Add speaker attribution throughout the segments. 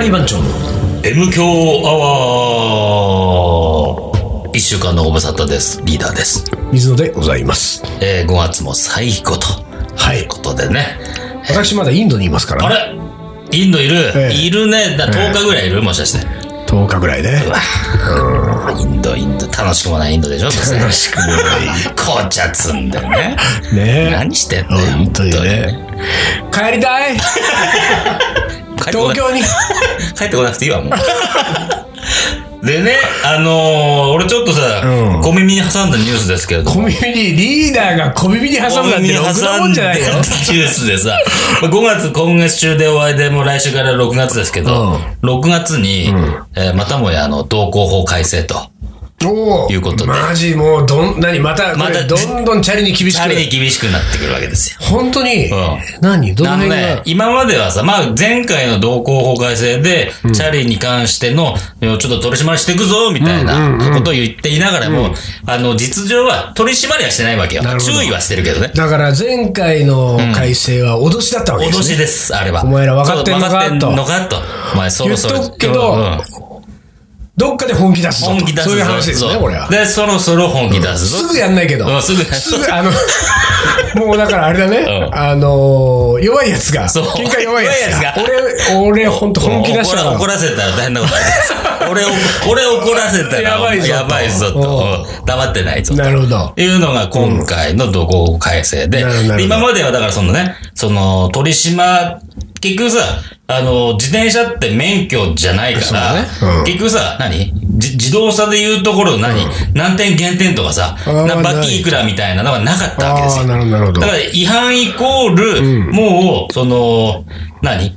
Speaker 1: リー番長の
Speaker 2: M 強アワー一週間のご無沙汰です。リーダーです。
Speaker 1: 水野でございます。
Speaker 2: えー、5月も最後と。
Speaker 1: はい
Speaker 2: ということでね。
Speaker 1: 私まだインドにいますから
Speaker 2: あ
Speaker 1: ね。
Speaker 2: れインドいる、
Speaker 1: ええ
Speaker 2: いるね。だ10日ぐらいいる、もしかして。
Speaker 1: 10日ぐらいね。
Speaker 2: インド、インド。楽しくもないインド でしょ楽しくもない。紅茶積んでね。
Speaker 1: ね
Speaker 2: 何してん
Speaker 1: え。
Speaker 2: のよ。
Speaker 1: 本当にね。帰りたい
Speaker 2: 帰ってこな
Speaker 1: 東京
Speaker 2: い
Speaker 1: に。
Speaker 2: 帰ってこなくていいわ、 もう。でね、あのー俺ちょっとさ、
Speaker 1: うん
Speaker 2: 小耳に挟んだニュースですけれども
Speaker 1: 小耳に、リーダーが小耳に挟むなんてろくなもん じゃないよ。
Speaker 2: ニュースでさ、5月今月中で終わりで、もう来週から6月ですけど、6月に、えーまたもやあの、同行法改正と。
Speaker 1: おお。
Speaker 2: いうことで
Speaker 1: マジもう、どん、何また、こ
Speaker 2: ま
Speaker 1: れ
Speaker 2: た
Speaker 1: どんどんチャリに厳し
Speaker 2: あれに
Speaker 1: く。
Speaker 2: 厳しくなってくるわけですよ。
Speaker 1: 本当に
Speaker 2: ん、
Speaker 1: 何どの
Speaker 2: あの
Speaker 1: 辺
Speaker 2: ね
Speaker 1: が、。
Speaker 2: 今まではさ、まあ前回の同行法改正で、チャリに関しての、ちょっと取り締まりしていくぞ、みたいなことを言っていながらも、あの、実情は取り締まりはしてないわけよ
Speaker 1: な。るほど
Speaker 2: 注意はしてるけどね。
Speaker 1: だから前回の改正は脅しだったわけで
Speaker 2: 脅
Speaker 1: す
Speaker 2: し
Speaker 1: ね。
Speaker 2: です、あれは。
Speaker 1: お前ら分かってんのか
Speaker 2: そう分
Speaker 1: と
Speaker 2: んのかと。お前そろそろ。
Speaker 1: 言っとくけど
Speaker 2: うん
Speaker 1: どっかで本気出すぞと。
Speaker 2: 本気出すぞ
Speaker 1: そういう話ですね、
Speaker 2: そう
Speaker 1: これは。
Speaker 2: で、そろそろ本気出すぞ。
Speaker 1: すぐやんないけど。
Speaker 2: うんすぐ
Speaker 1: すぐ、あの、 もうだからあれだね。
Speaker 2: うん
Speaker 1: あのー、弱いやつが、
Speaker 2: そう
Speaker 1: 喧嘩弱いやつが
Speaker 2: 弱。
Speaker 1: 俺、俺、ほんと本気出した
Speaker 2: 怒ら怒
Speaker 1: から。
Speaker 2: らせたら大変なことに なる俺を、俺怒らせたら
Speaker 1: やばいぞと
Speaker 2: やばいぞと。うん黙ってないぞと。
Speaker 1: なるほど。
Speaker 2: いうのが今回の怒号改正で、
Speaker 1: うんなるほどなるほど
Speaker 2: で今まではだからそのね、その取り締ま、結局さ、あの、自転車って免許じゃないから、
Speaker 1: そうねうん
Speaker 2: 結局さ、何じ自動車で言うところの何、何点減点とかさ、
Speaker 1: あー
Speaker 2: な罰
Speaker 1: ない
Speaker 2: 金いくらみたいなのがなかったわけです
Speaker 1: ああ、
Speaker 2: よ。
Speaker 1: なるほど、なるほど
Speaker 2: だ。から違反イコール、もう、その、何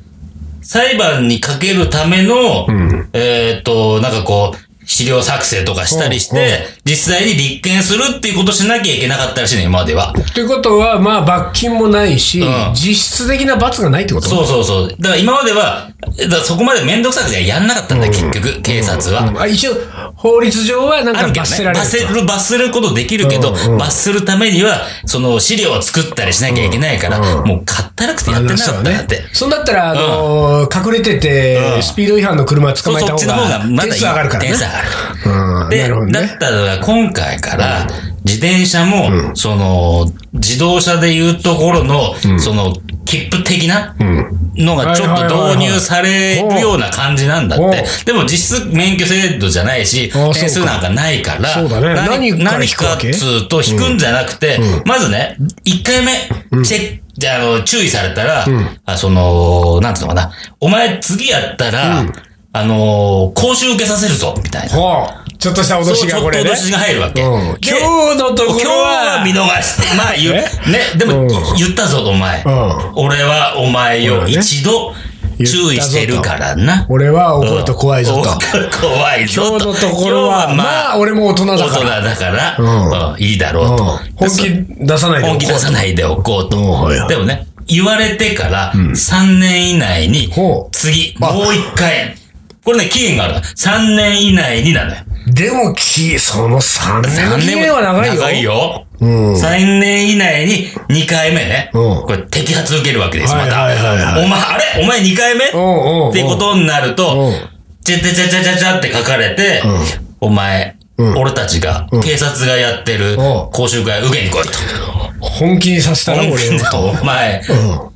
Speaker 2: 裁判にかけるための、えーっ、と、なんかこう、資料作成とかしたりして、
Speaker 1: うんうん
Speaker 2: 実際に立件するっていうことしなきゃいけなかったらしいね、今までは。
Speaker 1: ということは、まあ、罰金もないし、
Speaker 2: うん
Speaker 1: 実質的な罰がないってこと
Speaker 2: そうそうそう。だから今までは、だからそこまで面倒くさくてやんなかったんだよ、結局、警察は。
Speaker 1: うんあ一応、法律上はなん
Speaker 2: あ
Speaker 1: か
Speaker 2: るけど
Speaker 1: 罰せ
Speaker 2: ね。
Speaker 1: られる
Speaker 2: 罰
Speaker 1: と。
Speaker 2: せる、罰することできるけど、
Speaker 1: うんうん
Speaker 2: 罰するためには、その資料を作ったりしなきゃいけないから、
Speaker 1: うんうん
Speaker 2: もうかったらくてやってなかったんだって。
Speaker 1: そんだったら、あのー隠れてて、スピード違反の車捕
Speaker 2: そ
Speaker 1: まえた
Speaker 2: そっちの方
Speaker 1: 方
Speaker 2: が
Speaker 1: が、
Speaker 2: まだい
Speaker 1: 点
Speaker 2: い。
Speaker 1: 数上がるからね
Speaker 2: 点。数上がる
Speaker 1: うん
Speaker 2: で、
Speaker 1: なるほど
Speaker 2: だ
Speaker 1: ね
Speaker 2: っ。たら今回から、自転車も、その、自動車でいうところの、その、切符的なのがちょっと導入されるような感じなんだっ
Speaker 1: はいはいは
Speaker 2: て
Speaker 1: いは。
Speaker 2: でも実質免許制度じゃないし、
Speaker 1: ああ
Speaker 2: 点数なんかないから、
Speaker 1: そうかそうだね何
Speaker 2: 何
Speaker 1: から
Speaker 2: 何
Speaker 1: 引くわ
Speaker 2: かっ
Speaker 1: け
Speaker 2: つうと引くんじゃなくて、まずね、1回目、チェック、じゃあ、あの、注意されたら、あその、なんつうのかな、お前次やったら、あの、講習受けさせるぞ、みたいな。
Speaker 1: ほう。ちょっとした脅しがこれね。
Speaker 2: そうちょっと脅しが入るわけ。
Speaker 1: うん
Speaker 2: で
Speaker 1: 今日のところは
Speaker 2: 今日は見逃して、まあ言う、ね、でも、
Speaker 1: うん
Speaker 2: 言ったぞ、お前。
Speaker 1: ん
Speaker 2: 俺はお前
Speaker 1: そう
Speaker 2: を
Speaker 1: だね
Speaker 2: 一度注意してるからな。
Speaker 1: 俺は怒ると怖いぞと。
Speaker 2: 怖いぞ
Speaker 1: 今日
Speaker 2: と。
Speaker 1: のところは、
Speaker 2: 今日
Speaker 1: まあ、俺も大人だ
Speaker 2: 大
Speaker 1: か
Speaker 2: 人
Speaker 1: ら。
Speaker 2: だから、
Speaker 1: うん
Speaker 2: うんいいだろうと。
Speaker 1: うん本気出さないでおこ
Speaker 2: 本
Speaker 1: う
Speaker 2: 気出さないでおこうと。
Speaker 1: うんはいはい
Speaker 2: でもね、言われてから3年以内に
Speaker 1: ほう、
Speaker 2: 次、
Speaker 1: あ
Speaker 2: もう一回。これね、期限があるの。3年以内になのよ。
Speaker 1: でも、き、その3年の
Speaker 2: 三
Speaker 1: 期
Speaker 2: 年
Speaker 1: 限は長いよ。
Speaker 2: 長いよ。
Speaker 1: うん
Speaker 2: 3年以内に2回目ね。
Speaker 1: うん
Speaker 2: これ摘発受けるわけです、
Speaker 1: は
Speaker 2: ま
Speaker 1: い
Speaker 2: た。
Speaker 1: はいはいはい
Speaker 2: お前、あれお前2回目
Speaker 1: うんうんうん
Speaker 2: ってことになると
Speaker 1: うん、
Speaker 2: ちゃちゃちゃちゃちゃちゃって書かれて、お前、
Speaker 1: うん
Speaker 2: 俺たちが、警察がやって
Speaker 1: う
Speaker 2: る
Speaker 1: ん
Speaker 2: 講習会受けに来いと。
Speaker 1: 本気にさせたら俺を
Speaker 2: と
Speaker 1: と。
Speaker 2: お前、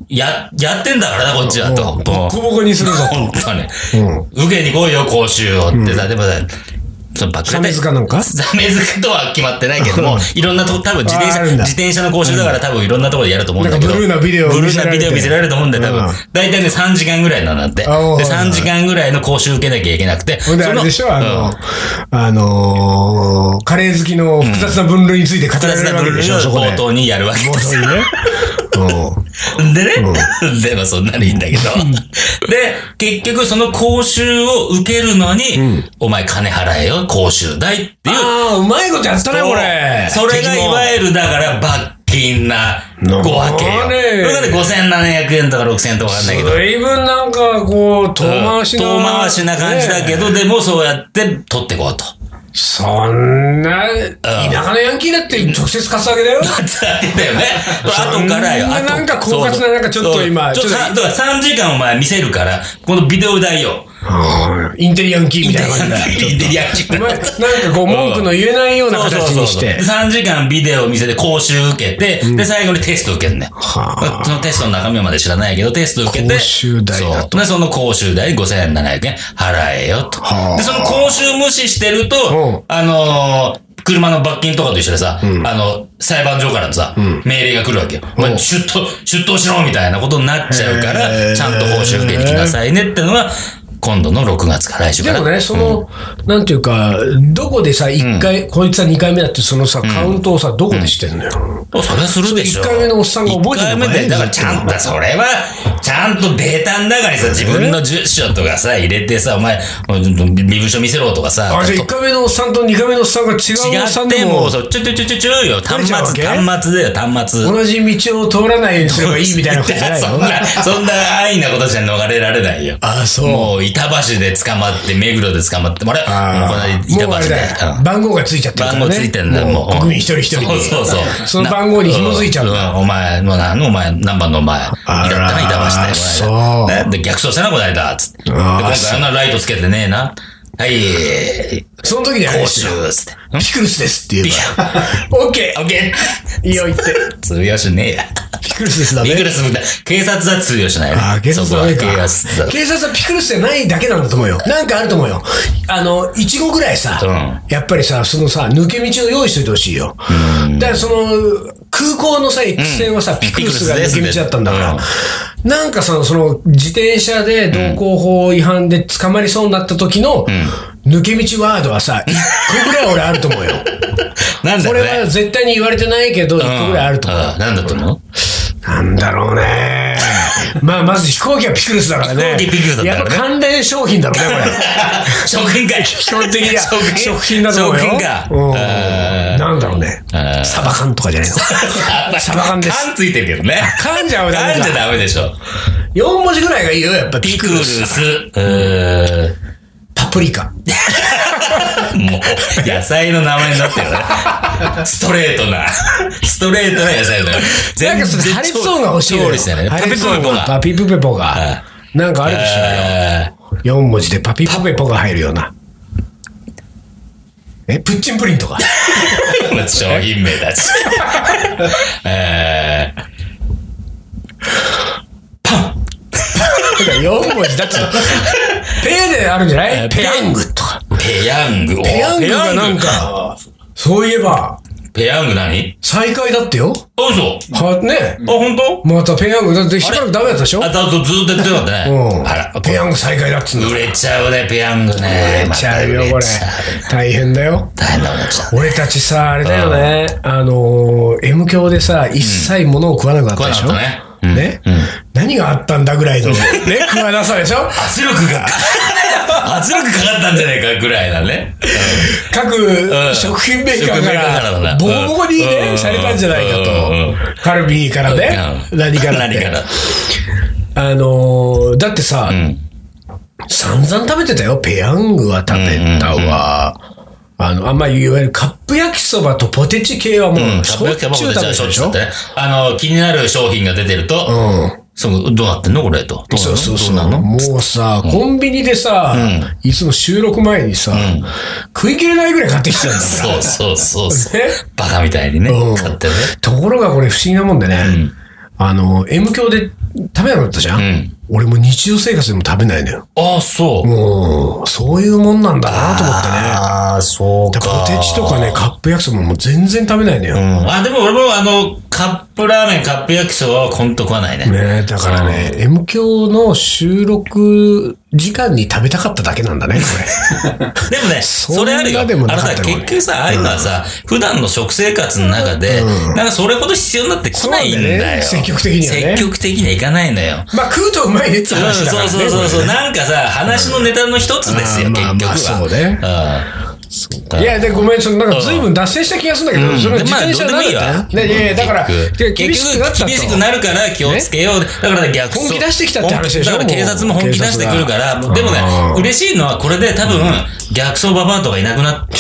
Speaker 2: や、やってんだからな、こっちはと。
Speaker 1: ボコボコにするぞ
Speaker 2: 本当に。
Speaker 1: と。
Speaker 2: 受けに来いよ、講習をってさ、でもさ、そのバック
Speaker 1: サメ塚なんか
Speaker 2: ザメ塚とは決まってないけども、いろんなとこ、多分自転
Speaker 1: ああ
Speaker 2: 車、
Speaker 1: るん
Speaker 2: 自
Speaker 1: だ
Speaker 2: 転車の講習だから多分いろんなとこでやると思うんだ
Speaker 1: な
Speaker 2: けど。
Speaker 1: んかブルーなビデオを
Speaker 2: ブル
Speaker 1: 見
Speaker 2: ー
Speaker 1: せら
Speaker 2: な
Speaker 1: れて
Speaker 2: ビデオ見せられると思うんだよ、多
Speaker 1: うん
Speaker 2: 分。大体ね、3時間ぐらいなんだって。で、
Speaker 1: あおう
Speaker 2: 3時間ぐらいの講習受けなきゃいけなくて。
Speaker 1: ほんで、あれでしょあの、あのー、カレー好きの複雑な分類について語ら
Speaker 2: 2
Speaker 1: れ
Speaker 2: つ
Speaker 1: る
Speaker 2: な
Speaker 1: わ
Speaker 2: ブ
Speaker 1: けで
Speaker 2: ル
Speaker 1: し
Speaker 2: ー
Speaker 1: ょ
Speaker 2: を
Speaker 1: そこで。
Speaker 2: 冒頭にやるわけです
Speaker 1: そ
Speaker 2: よ
Speaker 1: ういうね。うん
Speaker 2: でね、 で、まあそんなのいいんだけど。で、結局その講習を受けるのに、お前金払えよ、講習代っていう。
Speaker 1: ああ、うまいことやったね、これ。
Speaker 2: それがいわゆるだから罰金な
Speaker 1: なるほ
Speaker 2: ご
Speaker 1: ど
Speaker 2: わけよ。そ
Speaker 1: ね
Speaker 2: れがね5700円とか6000円とかわかんないけど。
Speaker 1: 随分なんか、こう、遠回しな。
Speaker 2: 遠回しな感じだけ
Speaker 1: ね
Speaker 2: ど、でもそうやって取って こうと。
Speaker 1: え。そんな、田舎のヤンキーだって直接カツアゲだよ。
Speaker 2: だってだよね。後からよ。
Speaker 1: そんななんか狡
Speaker 2: 後
Speaker 1: 猾ななんかちょっと今
Speaker 2: そうちょっと
Speaker 1: ちょっ
Speaker 2: さだから3時間お前見せるから、このビデオ代よ。
Speaker 1: あーインテリヤンキーみたいな感じ だ。
Speaker 2: インテリアンキー
Speaker 1: お前、なんかこう、文句の言えないような
Speaker 2: そうそう
Speaker 1: 形
Speaker 2: そう
Speaker 1: にして
Speaker 2: で。3時間ビデオ見せて講習受けて、で、最後にテスト受けんねん。
Speaker 1: はあ
Speaker 2: そのテストの中身まで知らないけど、テスト受けて。
Speaker 1: 講習代だと
Speaker 2: そうで、その講習代5700円払えよと。
Speaker 1: はあ
Speaker 2: で、その講習無視してる
Speaker 1: うん
Speaker 2: と、あのー車の罰金とかと一緒でさ、あの、裁判所からのさ、命令が来るわけよ。お前出頭、出頭しろみたいなことになっちゃうか
Speaker 1: へー
Speaker 2: ら、ちゃんと報酬受けに来なさいねってのが、今度の6月から来週か
Speaker 1: で
Speaker 2: ら。
Speaker 1: もね、その、なんていうか、どこでさ、一回、こいつは二回目だって、そのさ、カウントをさ、どこでしてんのよ。
Speaker 2: それはするでしょ。
Speaker 1: それ一回目のおっさんが覚えてるのかね
Speaker 2: 一回目で、だからちゃんと、それは、ちゃんとデータの中にさ、自分の住所とかさ、入れてさ、お前、身分証見せろとかさ、
Speaker 1: あ、じゃあ
Speaker 2: と
Speaker 1: 一回目のおっさんと二回目のおっさんが違うおっさ
Speaker 2: 違
Speaker 1: ん
Speaker 2: っ
Speaker 1: で
Speaker 2: ても
Speaker 1: も
Speaker 2: う、、そうちょちょちょちょちょ
Speaker 1: れ
Speaker 2: よ、端
Speaker 1: ちゃうわけ
Speaker 2: 末、端末だよ、端末。
Speaker 1: 同じ道を通らないようにすればいいみたいなことじゃない
Speaker 2: そん
Speaker 1: の
Speaker 2: な、そんな安易なことじゃ逃れられないよ。
Speaker 1: あ、そう。も
Speaker 2: もう、板橋で捕まって、目黒で捕まって、あれもうこの間
Speaker 1: うあれ
Speaker 2: 板橋で。
Speaker 1: だ
Speaker 2: うん
Speaker 1: よ。番号がついちゃってるからね。
Speaker 2: 番号ついてんだよ、もう。
Speaker 1: 国民一人一人に
Speaker 2: そうそうそう。
Speaker 1: その番号に紐づいちゃうんだ。
Speaker 2: なお前、もう何のお前、何番のお前、い
Speaker 1: ら
Speaker 2: だったな、板橋で。
Speaker 1: そう
Speaker 2: ねで、逆走したな、この間、つって。で、
Speaker 1: あー
Speaker 2: 今回あんなライトつけてねえな。はい、
Speaker 1: その時にあれ
Speaker 2: 報
Speaker 1: ですよ
Speaker 2: 酬、つって。
Speaker 1: ピクルスですって言えば。オッケ
Speaker 2: オッケ
Speaker 1: ーいいよ言って。
Speaker 2: ー 通用しねえや。
Speaker 1: ピクルスですだ
Speaker 2: いく
Speaker 1: ね。
Speaker 2: らするんだ。警察は通用しないね。
Speaker 1: ああ、警察は
Speaker 2: そこ
Speaker 1: ね
Speaker 2: は警
Speaker 1: か。
Speaker 2: 察だ。
Speaker 1: 警察はピクルスじゃないだけなんだと思うよ。なんかあると思うよ。あの、いちごぐらいさ、
Speaker 2: う
Speaker 1: やっぱりさ、そのさ、抜け道を用意しといてほしいよ。だからその、空港のさ、X 線はさ、ピクルスが抜け道だったんだから。なんかさ、その、自転車で道交法違反で捕まりそうになった時の、抜け道ワードはさ、1個ぐらい俺あると 思うよ。
Speaker 2: なんだ
Speaker 1: こ
Speaker 2: ろうね
Speaker 1: れは絶対に言われてないけど、1個ぐらいあると思う。
Speaker 2: うんなんだと 思う
Speaker 1: なんだろうね。 まあ、まず飛行機はピクルスだからね。
Speaker 2: 飛行機ピクルスだったから
Speaker 1: やっ
Speaker 2: ね
Speaker 1: ぱ関連商品だろうね、これ。
Speaker 2: 食品かい。
Speaker 1: 基本的には
Speaker 2: 食品
Speaker 1: 食品だと思うよ。
Speaker 2: 食品か。
Speaker 1: うん
Speaker 2: うん
Speaker 1: なんだろうね
Speaker 2: う。ん
Speaker 1: サバ缶とかじゃないの。サバ缶です。
Speaker 2: 缶ついてるけどね。
Speaker 1: 噛んじゃうだ
Speaker 2: 噛んじゃ
Speaker 1: めだ。
Speaker 2: ダメでしょ。
Speaker 1: 4文字ぐらいがいいよ、やっぱ。
Speaker 2: ピクルス。うー
Speaker 1: パプリカ。
Speaker 2: ん。もう、野菜の名前になってるね。ストレートな。ストレートな野菜だよ。
Speaker 1: なんかそれ、ハリソンが欲しいの
Speaker 2: 調
Speaker 1: よ。
Speaker 2: 理してないね。
Speaker 1: ハ
Speaker 2: パ
Speaker 1: リ
Speaker 2: ピコ
Speaker 1: ソ
Speaker 2: メ
Speaker 1: ン
Speaker 2: ポ
Speaker 1: が
Speaker 2: が。
Speaker 1: パピプペポ
Speaker 2: はい
Speaker 1: が。なんかあるでし
Speaker 2: えー
Speaker 1: ょ。4文字でパピプペポが入るような。え、プッチンプリンとか。
Speaker 2: 商品名だし。えー
Speaker 1: 4文字 だっつうのペーであるんじゃな
Speaker 2: え
Speaker 1: い
Speaker 2: ーペ
Speaker 1: ペ
Speaker 2: ヤ
Speaker 1: ヤ
Speaker 2: ン
Speaker 1: ングとか。
Speaker 2: ペヤング。お
Speaker 1: ペヤングがなん
Speaker 2: ペヤング
Speaker 1: か、そういえば、
Speaker 2: ペヤング何
Speaker 1: 再開だってよ。
Speaker 2: あ、嘘。
Speaker 1: は、ね。
Speaker 2: あ、本当？
Speaker 1: またペヤング、だってしばらくダメだったでしょ
Speaker 2: あとあとずーっとやってなかったね。
Speaker 1: うん。
Speaker 2: あら、
Speaker 1: ペヤング再開だっつうんだ。
Speaker 2: 売れちゃうね、ペヤングね。
Speaker 1: 売れちゃうよ、
Speaker 2: また
Speaker 1: こ
Speaker 2: 売
Speaker 1: れ
Speaker 2: ちゃう。
Speaker 1: 大変だよ。
Speaker 2: 大変なことした。
Speaker 1: 俺たちさ、あれだよね。あのー、M 教でさ、一切物を食わなくなったでしょ
Speaker 2: 食わなかったねうん
Speaker 1: ね。何があったんだぐらいの、ね、食わなさでしょ
Speaker 2: 圧力が、 圧力かかったんじゃないかぐらいだね。
Speaker 1: 各
Speaker 2: ん
Speaker 1: 食品メーカー
Speaker 2: 食品メーカーから
Speaker 1: か
Speaker 2: だ
Speaker 1: ら、
Speaker 2: な
Speaker 1: ボコボコにね、
Speaker 2: うん
Speaker 1: されたんじゃないか
Speaker 2: うん
Speaker 1: と。カルビーからね、
Speaker 2: うん
Speaker 1: 何からっ
Speaker 2: 何か
Speaker 1: て。
Speaker 2: ら。
Speaker 1: あのー、だってさ、
Speaker 2: ん
Speaker 1: 散々食べてたよ。ペヤングは食べたわ。あの、あんまりいわゆるカップ焼きそばとポテチ系はも
Speaker 2: うん、
Speaker 1: う、し
Speaker 2: 食
Speaker 1: ょ
Speaker 2: べ
Speaker 1: っ
Speaker 2: ち
Speaker 1: ちゅ
Speaker 2: ゃ
Speaker 1: う食べてたで
Speaker 2: しょっ
Speaker 1: し
Speaker 2: ちゅう
Speaker 1: ょ
Speaker 2: だったね。あの、気になる商品が出てると、
Speaker 1: うん。
Speaker 2: そのどうなってんのこれと。どな
Speaker 1: そ
Speaker 2: の
Speaker 1: うそうそう。
Speaker 2: どなの
Speaker 1: もうさ、コンビニでさ、いつも収録前にさ、食い切れないぐらい買ってきてたんだから。
Speaker 2: そうそうそうそう
Speaker 1: ね。
Speaker 2: バカみたいにね
Speaker 1: うん、
Speaker 2: 買ってね。
Speaker 1: ところがこれ不思議なもんでね、あの、M 教で食べなかったじゃん、
Speaker 2: ん
Speaker 1: 俺も日常生活でも食べないのよ。
Speaker 2: ああ、そう。
Speaker 1: もう、そういうもんなんだなと思ってね。
Speaker 2: ああ、そう
Speaker 1: だから
Speaker 2: か。
Speaker 1: ポテチとかね、カップ焼きそばも全然食べないのよ。
Speaker 2: うんあ、でも俺もあの、カップラーメン、カップ焼きそばはほんと食わないね。
Speaker 1: ねだからね、M 教の収録時間に食べたかっただけなんだね、こ
Speaker 2: でもね、
Speaker 1: そんな
Speaker 2: それあるよ。あ
Speaker 1: でもな
Speaker 2: の
Speaker 1: かった
Speaker 2: さ、
Speaker 1: よ
Speaker 2: 結局さ、ああいうのはさ、普段の食生活の中で、なんかそれほど必要になってこないん
Speaker 1: そうなんだよ
Speaker 2: だよ。
Speaker 1: ね積極的にはね
Speaker 2: 積極的にはいかないのよ。
Speaker 1: れ。まあ食うとうまいねって
Speaker 2: うん、
Speaker 1: 話だか
Speaker 2: そ
Speaker 1: ら
Speaker 2: う
Speaker 1: ね。
Speaker 2: そうそう
Speaker 1: こ
Speaker 2: そう、なんかさ、話のネタの一つですよ、
Speaker 1: うん
Speaker 2: 結
Speaker 1: まあ
Speaker 2: 局
Speaker 1: まあ
Speaker 2: は。
Speaker 1: そうね
Speaker 2: うんそうか
Speaker 1: いや、で、ごめん、そのなんか随分脱線した気がするんだけど、
Speaker 2: うん
Speaker 1: その
Speaker 2: で
Speaker 1: 自
Speaker 2: まあ
Speaker 1: 転車なる
Speaker 2: どう
Speaker 1: ってね。
Speaker 2: でもいいわ
Speaker 1: いやいや、だから、
Speaker 2: 結局
Speaker 1: 厳しくなったと。
Speaker 2: 厳しく なるから気をつけよう。だから逆
Speaker 1: 本気出してきたって話でしょ
Speaker 2: だから警察も本気出してくるから、
Speaker 1: もう
Speaker 2: もうでもね
Speaker 1: あ、ー
Speaker 2: 嬉しいのはこれで多分、逆走ババアとかいなくなっ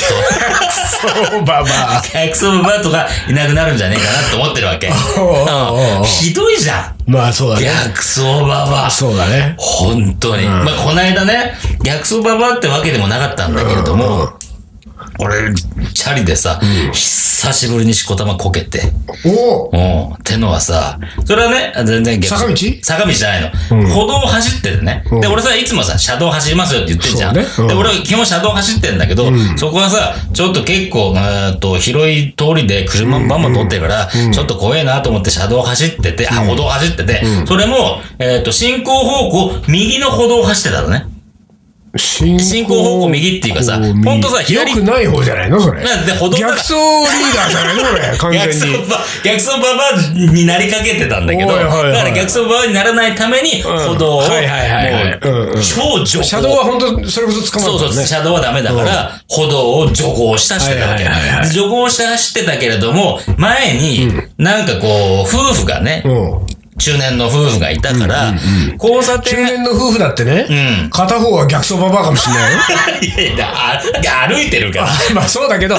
Speaker 1: そう、ババア。
Speaker 2: 逆走ババアとかいなくなるんじゃねえかなと思って るわけ。
Speaker 1: おうおう
Speaker 2: うんひどいじゃん。
Speaker 1: まあ、そうだね。
Speaker 2: 逆走ババア。
Speaker 1: そうだね。
Speaker 2: 本当に。まあ、この間ね、逆走ババアってわけでもなかったんだけれども、俺、チャリでさ、久しぶりにしこたまこけて。
Speaker 1: おお
Speaker 2: うん。てのはさ、それはね、全然逆
Speaker 1: 坂道
Speaker 2: 坂道じゃないの。歩道を走ってるね。で、俺さ、いつもさ、車道走りますよって言ってんじゃん。
Speaker 1: そうねうん
Speaker 2: で、俺は基本車道走ってんだけど、そこはさ、ちょっと結構、えーっと、広い通りで車バンバン通ってるから、ちょっと怖えなと思って車道走ってて、あ、歩道走ってて、それも、えーっと、進行方向、右の歩道を走ってたのね。
Speaker 1: 進
Speaker 2: 進行方向右っていうかさ
Speaker 1: 方向右
Speaker 2: ほんとさ左
Speaker 1: よくない方じゃないのそれ。
Speaker 2: なんで歩道だから
Speaker 1: 逆走リーダーじゃないのこ れ、完
Speaker 2: 逆走
Speaker 1: 全に。
Speaker 2: バ逆走ババアになりかけてたんだけど、
Speaker 1: おいおいおい
Speaker 2: だから逆走ババアにならないために歩道を、もう
Speaker 1: はいはいはいはいうんうん
Speaker 2: 超徐行。
Speaker 1: 車道は本当それこそ捕まる
Speaker 2: そ
Speaker 1: も
Speaker 2: うんそう、
Speaker 1: ね。
Speaker 2: 車道はダメだから、歩道を徐行して走ってたわけ。
Speaker 1: はいはいはいはい
Speaker 2: で徐行して走ってたけれども、前に、なんかこう、夫婦がね、
Speaker 1: うん。
Speaker 2: 中年の夫婦がいたから、交差
Speaker 1: 中
Speaker 2: 点が、
Speaker 1: 年の夫婦だってね、
Speaker 2: うん
Speaker 1: 片方は逆走ババアかもしれ ないよ。
Speaker 2: いやいやあ歩いてるから。
Speaker 1: まあそうだけど、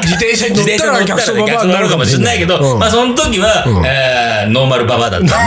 Speaker 1: 自転車に乗ったら逆走ババアになるかもしれない
Speaker 2: けど、まあその時は、えーノーマルババア だったんで。ノ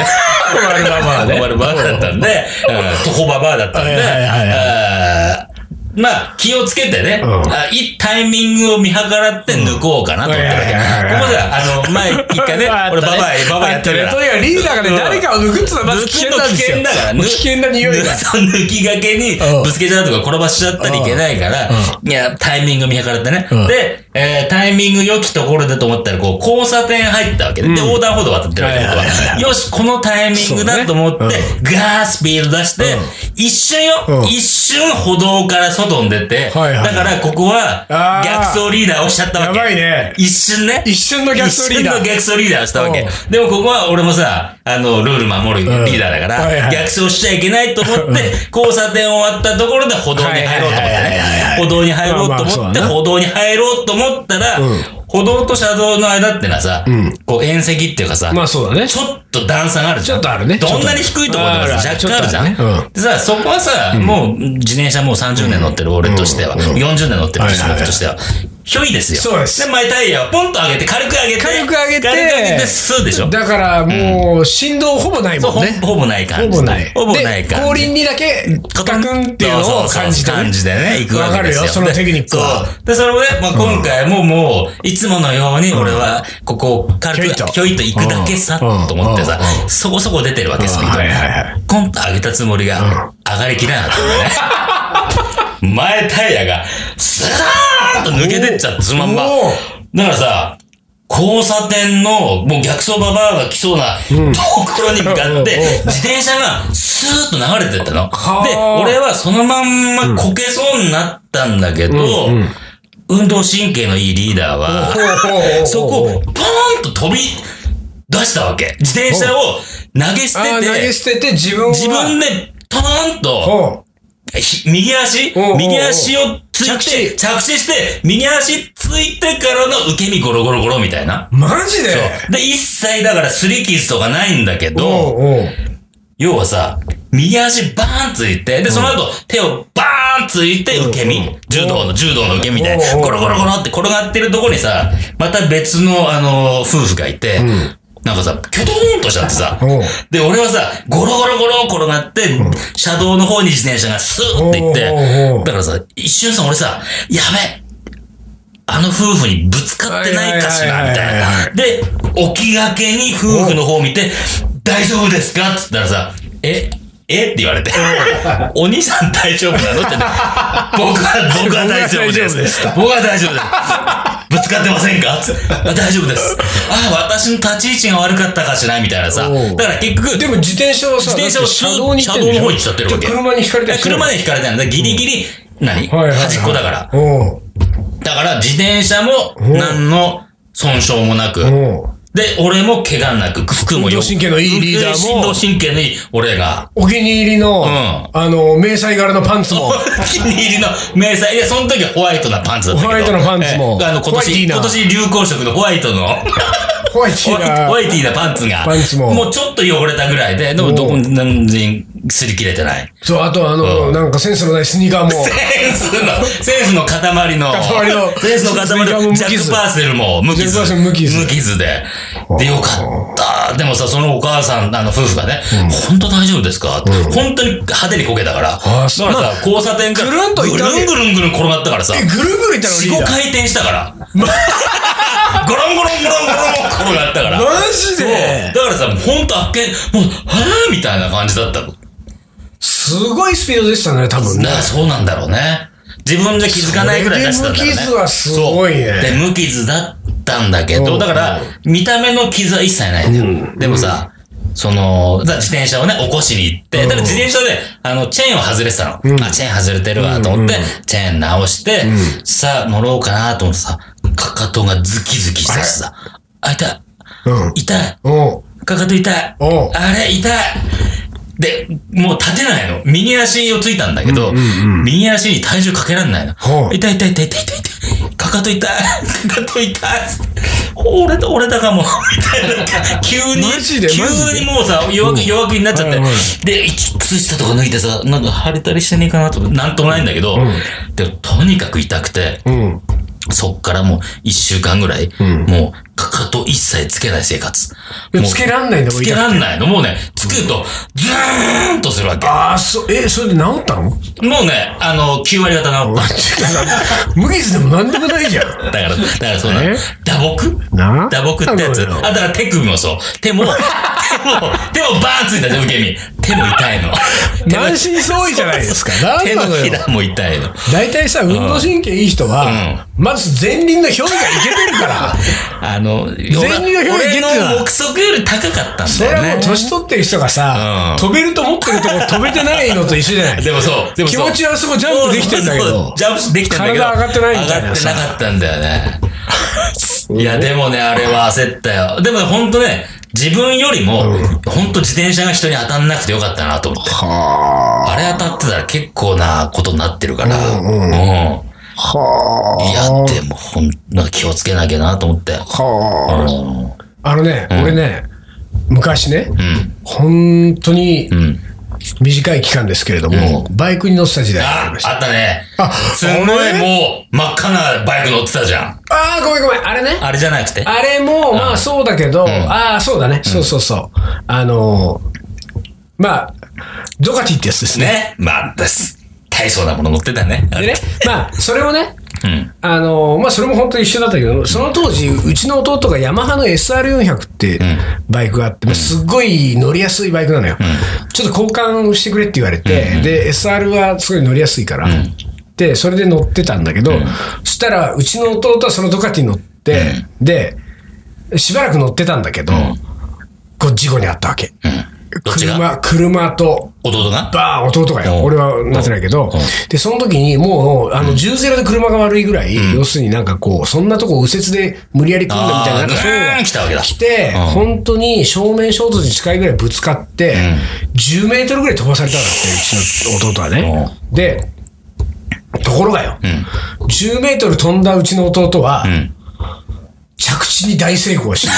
Speaker 2: ーマルババアノーマルババアだったんで、うん徒歩ババアだったんで、
Speaker 1: はいはいはいは
Speaker 2: えーまあ、気をつけてね、
Speaker 1: うん
Speaker 2: あいいタイミングを見計らって抜こうかなと思ってるわけ。
Speaker 1: うん
Speaker 2: ここでは、あの、前一回 ね
Speaker 1: あ、ったね
Speaker 2: 俺ババア、ババアやってる
Speaker 1: あ
Speaker 2: か
Speaker 1: と
Speaker 2: ら。
Speaker 1: にかくリーダーがね、
Speaker 2: うん
Speaker 1: 誰かを抜くってのはまず危険なんですよ。
Speaker 2: 抜くの危険だから、
Speaker 1: もう危険な匂いが。
Speaker 2: そう抜きがけに
Speaker 1: うん
Speaker 2: ぶつけちゃうとか転ばしちゃったりいけないから、いや、タイミング見計らってね。
Speaker 1: うん
Speaker 2: で、えータイミング良きところでと思ったら、こう、交差点入ったわけで、で、横断歩道渡ってるわけ
Speaker 1: はいはいはい
Speaker 2: よし、このタイミングだと思って、
Speaker 1: そうね
Speaker 2: ガースピード出して、
Speaker 1: うん
Speaker 2: 一瞬よ、
Speaker 1: うん
Speaker 2: 一瞬歩道から外に出て、
Speaker 1: はいはいはい
Speaker 2: だからここは
Speaker 1: あー
Speaker 2: 逆走リーダーをしちゃったわ
Speaker 1: や
Speaker 2: け。
Speaker 1: ばいね。
Speaker 2: 一瞬ね。
Speaker 1: 一瞬の逆走リーダー
Speaker 2: 一瞬の逆走リーダーをしたわ
Speaker 1: う
Speaker 2: け
Speaker 1: ん。
Speaker 2: でもここは俺もさ、あの、ルール守る
Speaker 1: うん
Speaker 2: リーダーだか
Speaker 1: はいは
Speaker 2: ら、
Speaker 1: い
Speaker 2: 逆走しちゃいけないと思って、交差点を割ったところで歩道に入ろうと思って
Speaker 1: はいはい
Speaker 2: ね
Speaker 1: はいはい。
Speaker 2: 歩道に入ろう
Speaker 1: ま
Speaker 2: と思
Speaker 1: あまあそう
Speaker 2: っ
Speaker 1: だ
Speaker 2: て、
Speaker 1: な
Speaker 2: 歩道に入ろうと思ったら
Speaker 1: うん、
Speaker 2: 歩道と車道の間ってのはさ、こう、縁石っていうかさ、
Speaker 1: まあそうだね。
Speaker 2: ちょっと段差があるじゃん。
Speaker 1: ちょっとあるね
Speaker 2: どんなに低いところでもさ
Speaker 1: ちょっと
Speaker 2: 若干あるじゃん。
Speaker 1: ちょっとあるねうん
Speaker 2: でさ、そこはさ、もう自転車もう30年乗ってる俺としては、40年乗ってる
Speaker 1: はいはいはい
Speaker 2: 僕としては、ひょいですよ。
Speaker 1: そうです
Speaker 2: で、前タイヤをポンと上げて、軽く上げて。
Speaker 1: 軽く上げて
Speaker 2: 軽く上げて、スーでしょ。
Speaker 1: だからもう、振動ほぼない
Speaker 2: そう
Speaker 1: もん
Speaker 2: ほ
Speaker 1: ね。
Speaker 2: ほぼない感じ。
Speaker 1: ほぼない。
Speaker 2: ほぼない
Speaker 1: で
Speaker 2: 感じ。
Speaker 1: 後輪にだけ、ガクンっていうのを感じて
Speaker 2: そうそうそう感じでね、行くわけですよ。
Speaker 1: わかるよそのテクニックは
Speaker 2: でそうで、それをね、まあ、今回ももう、いつものように俺は、ここ、軽
Speaker 1: ひょ
Speaker 2: く
Speaker 1: いと、
Speaker 2: ひょいと行くだけさ、
Speaker 1: うん
Speaker 2: と思ってさ
Speaker 1: うん、
Speaker 2: そこそこ出てるわけ、スピード
Speaker 1: はいはい
Speaker 2: が。
Speaker 1: はい。
Speaker 2: コンと上げたつもりが、上がりきらなかったんだね。前タイヤが、スーッと抜けてっちゃって、そのまんま
Speaker 1: おー。
Speaker 2: だからさ、交差点の、もう逆走ババアが来そうなところに向かって、自転車がスーッと流れてったの。
Speaker 1: は
Speaker 2: で、
Speaker 1: あ
Speaker 2: 俺はそのまんまこけそうになったんだけど、運動神経のいいリーダーは、そこをポーンと飛び出したわけ。自転車を投げ捨
Speaker 1: あー投
Speaker 2: て
Speaker 1: げ
Speaker 2: て、
Speaker 1: 捨てて自分は。
Speaker 2: 自分でポーンと、
Speaker 1: ほう
Speaker 2: ひ右足
Speaker 1: おうおうおう
Speaker 2: 右足をついて、着地して、右足ついてからの受け身ゴロゴロゴロみたいな。
Speaker 1: マジで
Speaker 2: で、一切だからすり傷とかないんだけど、
Speaker 1: おうおう
Speaker 2: 要はさ、右足バーンついて、で、その後、手をバーンついて受け身。柔道の、柔道の受け身で、
Speaker 1: うん
Speaker 2: ゴロゴロゴロって転がってるとこにさ、また別の、あの、夫婦がいて、なんかさ、キョトーンとしちゃってさ
Speaker 1: うん、
Speaker 2: で、俺はさ、ゴロゴロゴロ転がって、車道の方に自転車がスーって行っ
Speaker 1: うん
Speaker 2: て、だからさ、一瞬さ、俺さ、やべあの夫婦にぶつかってないかしら、みたい
Speaker 1: はいはいはいはい
Speaker 2: な。で、起きがけに夫婦の方を見て、大丈夫ですかって言ったらさ、え、えって言われて、お兄さん大丈夫なのって、僕は、僕は大丈夫で
Speaker 1: 僕は大丈夫です
Speaker 2: す
Speaker 1: か。
Speaker 2: 僕は大丈夫です。ぶつかってませんかつってあ大丈夫です。あ、私の立ち位置が悪かったかしらみたいなさ。
Speaker 1: おう
Speaker 2: だから結局、
Speaker 1: でも自転車をさ、
Speaker 2: 自転車を
Speaker 1: だってに行ってんでし
Speaker 2: 車道の
Speaker 1: ょ
Speaker 2: 方に行っちゃってるわけ
Speaker 1: で車に引かれたりしてる
Speaker 2: 車で引かれたんだ。ギリギリ、何
Speaker 1: はいはいはい
Speaker 2: 端っこだから。
Speaker 1: おう
Speaker 2: だから自転車も何の損傷もなく、
Speaker 1: おう
Speaker 2: で、俺も怪我なく、服も
Speaker 1: 運動神経のいいリーダーも
Speaker 2: 運動神経のいい俺が。
Speaker 1: お気に入りの、
Speaker 2: ん
Speaker 1: あの、迷彩柄のパンツ も。
Speaker 2: お気に入りの迷彩。いや、その時はホワイトなパンツだったけど。
Speaker 1: ホワイトのパンツも
Speaker 2: ええあの、今
Speaker 1: ホワイティ
Speaker 2: 年、
Speaker 1: ーな
Speaker 2: 今年流行色のホワイトの。
Speaker 1: ホワイティーな
Speaker 2: ホワイティーなパンツが。
Speaker 1: パンツも
Speaker 2: もうちょっと汚れたぐらいで、でもどこ、全然擦り切れてない。
Speaker 1: そう、あとあの、
Speaker 2: うん
Speaker 1: なんかセンスのないスニーカーも。
Speaker 2: センスの、センスの塊の、
Speaker 1: 塊の
Speaker 2: センスの塊のジャック・パーセルも無傷。
Speaker 1: ジャックパーセル無傷
Speaker 2: で。で、よかった。でもさ、そのお母さん、あの、夫婦がね、本当大丈夫ですかって本当に派手にこけたから。だから
Speaker 1: そう
Speaker 2: さ、交差点から、
Speaker 1: ぐるんとい
Speaker 2: ぐ
Speaker 1: った
Speaker 2: る
Speaker 1: わけ
Speaker 2: んぐるんぐるん転がったからさ、
Speaker 1: え、
Speaker 2: 4、
Speaker 1: ぐるぐるいったのリー
Speaker 2: 5
Speaker 1: ダー。
Speaker 2: 回転した から。ゴロンゴロンゴロンゴロン転がったから。
Speaker 1: マジで
Speaker 2: そうだからさ、もう本当あっけ、もう、はぁみたいな感じだったの。
Speaker 1: すごいスピードでしたね、多分ね
Speaker 2: だ。からそうなんだろうね。自分じゃ気づかないぐらい出してたんだろう
Speaker 1: それ
Speaker 2: ね。
Speaker 1: で無傷はすごいね
Speaker 2: そうで、無傷だったんだけ
Speaker 1: う
Speaker 2: ど、
Speaker 1: ん
Speaker 2: だから、見た目の傷は一切ないんだよ。でもさ、その、だから自転車をね、起こしに行って、だから自転車で、あの、チェーンを外れてたの。あ、チェーン外れてるわ、と思って、チェーン直して、さあ、乗ろうかなと思ってさ、かかとがズキズキしてさ、あ、痛い、
Speaker 1: うん。
Speaker 2: 痛い、
Speaker 1: おう
Speaker 2: かかと痛い。
Speaker 1: おう
Speaker 2: あれ、痛い。で、もう立てないの。右足をついたんだけど、右足に体重かけらんないの。
Speaker 1: はあ
Speaker 2: 痛い痛い痛い痛い痛い痛い。かかと痛い。 かかと痛い。俺だ、俺だかも。みた いな。急に、
Speaker 1: マジで
Speaker 2: 急
Speaker 1: マジで
Speaker 2: にもうさ、弱く、弱くになっちゃっ
Speaker 1: は
Speaker 2: て。
Speaker 1: いは
Speaker 2: で、一靴下とか脱いでさ、なんか腫れたりしてねえかなと思って、なんともないんだけど、でもとにかく痛くて、
Speaker 1: うん。
Speaker 2: そっからもう一週間ぐらい、
Speaker 1: ん
Speaker 2: もう、かかと一切つけない生活。
Speaker 1: いや
Speaker 2: もう
Speaker 1: つけらんないんだもん
Speaker 2: つけらんないの。もうね、つくと、ズーンとするわけ。
Speaker 1: ああ、そう、え、それで治った の
Speaker 2: もうね、あの、9割方治っ
Speaker 1: 無傷でもなんでもないじゃん。
Speaker 2: た。だから、だからそうなの
Speaker 1: え。
Speaker 2: 打撲
Speaker 1: な
Speaker 2: 打撲ってやつ。
Speaker 1: なのよ
Speaker 2: あ、だから手首もそう。手も、 手も、手もバーンついたじゃん、受け身。手も痛い の。
Speaker 1: 満身創痍じゃないですか。なん
Speaker 2: 手
Speaker 1: なの
Speaker 2: のひ
Speaker 1: よ。
Speaker 2: らも痛いの。
Speaker 1: 大体さ、運動神経いい人は、まず前輪の表現がいけてるから。
Speaker 2: あの、俺
Speaker 1: 全員の表現
Speaker 2: 俺
Speaker 1: ゲットだ
Speaker 2: の目測より高かったん
Speaker 1: それ
Speaker 2: だよ
Speaker 1: はもう
Speaker 2: ね。
Speaker 1: 年取ってる人がさ、
Speaker 2: うん
Speaker 1: 飛べると思ってるとこ飛べてないのと一 緒じゃない
Speaker 2: でもそう。でもそう
Speaker 1: 気持ちはすごいジャンプできてんだけど
Speaker 2: そうそうそうジャンプできてんだけど。
Speaker 1: 体上がってないみたいな
Speaker 2: 上
Speaker 1: さ
Speaker 2: がってなかったんだ よね。いや、でもね、あれは焦ったよ。でもね、ほんとね、自分よりも、ほんと自転車が人に当たんなくてよかったなと思って。
Speaker 1: は
Speaker 2: あれ当たってたら結構なことになってるから。
Speaker 1: うんうん
Speaker 2: うん。
Speaker 1: あ。はい
Speaker 2: や、でもほん、なんか気をつけなきゃなと思って。
Speaker 1: あ。はあ。
Speaker 2: うん。
Speaker 1: あのね、俺ね、昔ね、
Speaker 2: うん。
Speaker 1: 本当に
Speaker 2: うん。
Speaker 1: 短い期間ですけれども、バイクに乗ってた時代があり
Speaker 2: あ
Speaker 1: まし、た。
Speaker 2: あったね。
Speaker 1: あ
Speaker 2: すんごいもう、真っ赤なバイク乗ってたじゃん。
Speaker 1: ああ、ごめんごめん、あれね。
Speaker 2: あれじゃなくて。
Speaker 1: あれも、まあそうだけど、ああ、そうだね、そうそうそう。あのー、まあ、ドカティってやつですね。
Speaker 2: ね。まあ、です。大層なもの乗ってたね。あ
Speaker 1: で
Speaker 2: れ
Speaker 1: ね、まあ、それもね、
Speaker 2: うん。
Speaker 1: あのまあ、それも本当に一緒だったけど、その当時、うちの弟がヤマハの SR400 って
Speaker 2: ん
Speaker 1: バイクがあって、まあすっごい乗りやすいバイクなのよ。ちょっと交換してくれって言われて、で、SR はすごい乗りやすいから、で、それで乗ってたんだけど、そしたら、うちの弟はそのドカティに乗って、で、しばらく乗ってたんだけど、こう事故にあったわけ。
Speaker 2: どっちが
Speaker 1: 車、車と
Speaker 2: 弟が
Speaker 1: バーン弟が
Speaker 2: う
Speaker 1: よ。
Speaker 2: ん
Speaker 1: 俺はなってないけど
Speaker 2: うん。
Speaker 1: で、その時にもう、あの、10ゼロで車が悪いぐらい、要するになんかこう、そんなとこ右折で無理やり組んだみたいな、な
Speaker 2: あー
Speaker 1: んかそういうの
Speaker 2: ぐー
Speaker 1: が
Speaker 2: ん来たわけだ
Speaker 1: 来て、
Speaker 2: うん
Speaker 1: 本当に正面衝突に近いぐらいぶつかって、10メートルぐらい飛ばされたんだって、うちの弟はね。で、ところがよ、10メートル飛んだうちの弟は、
Speaker 2: ん
Speaker 1: 着地に大成功 して、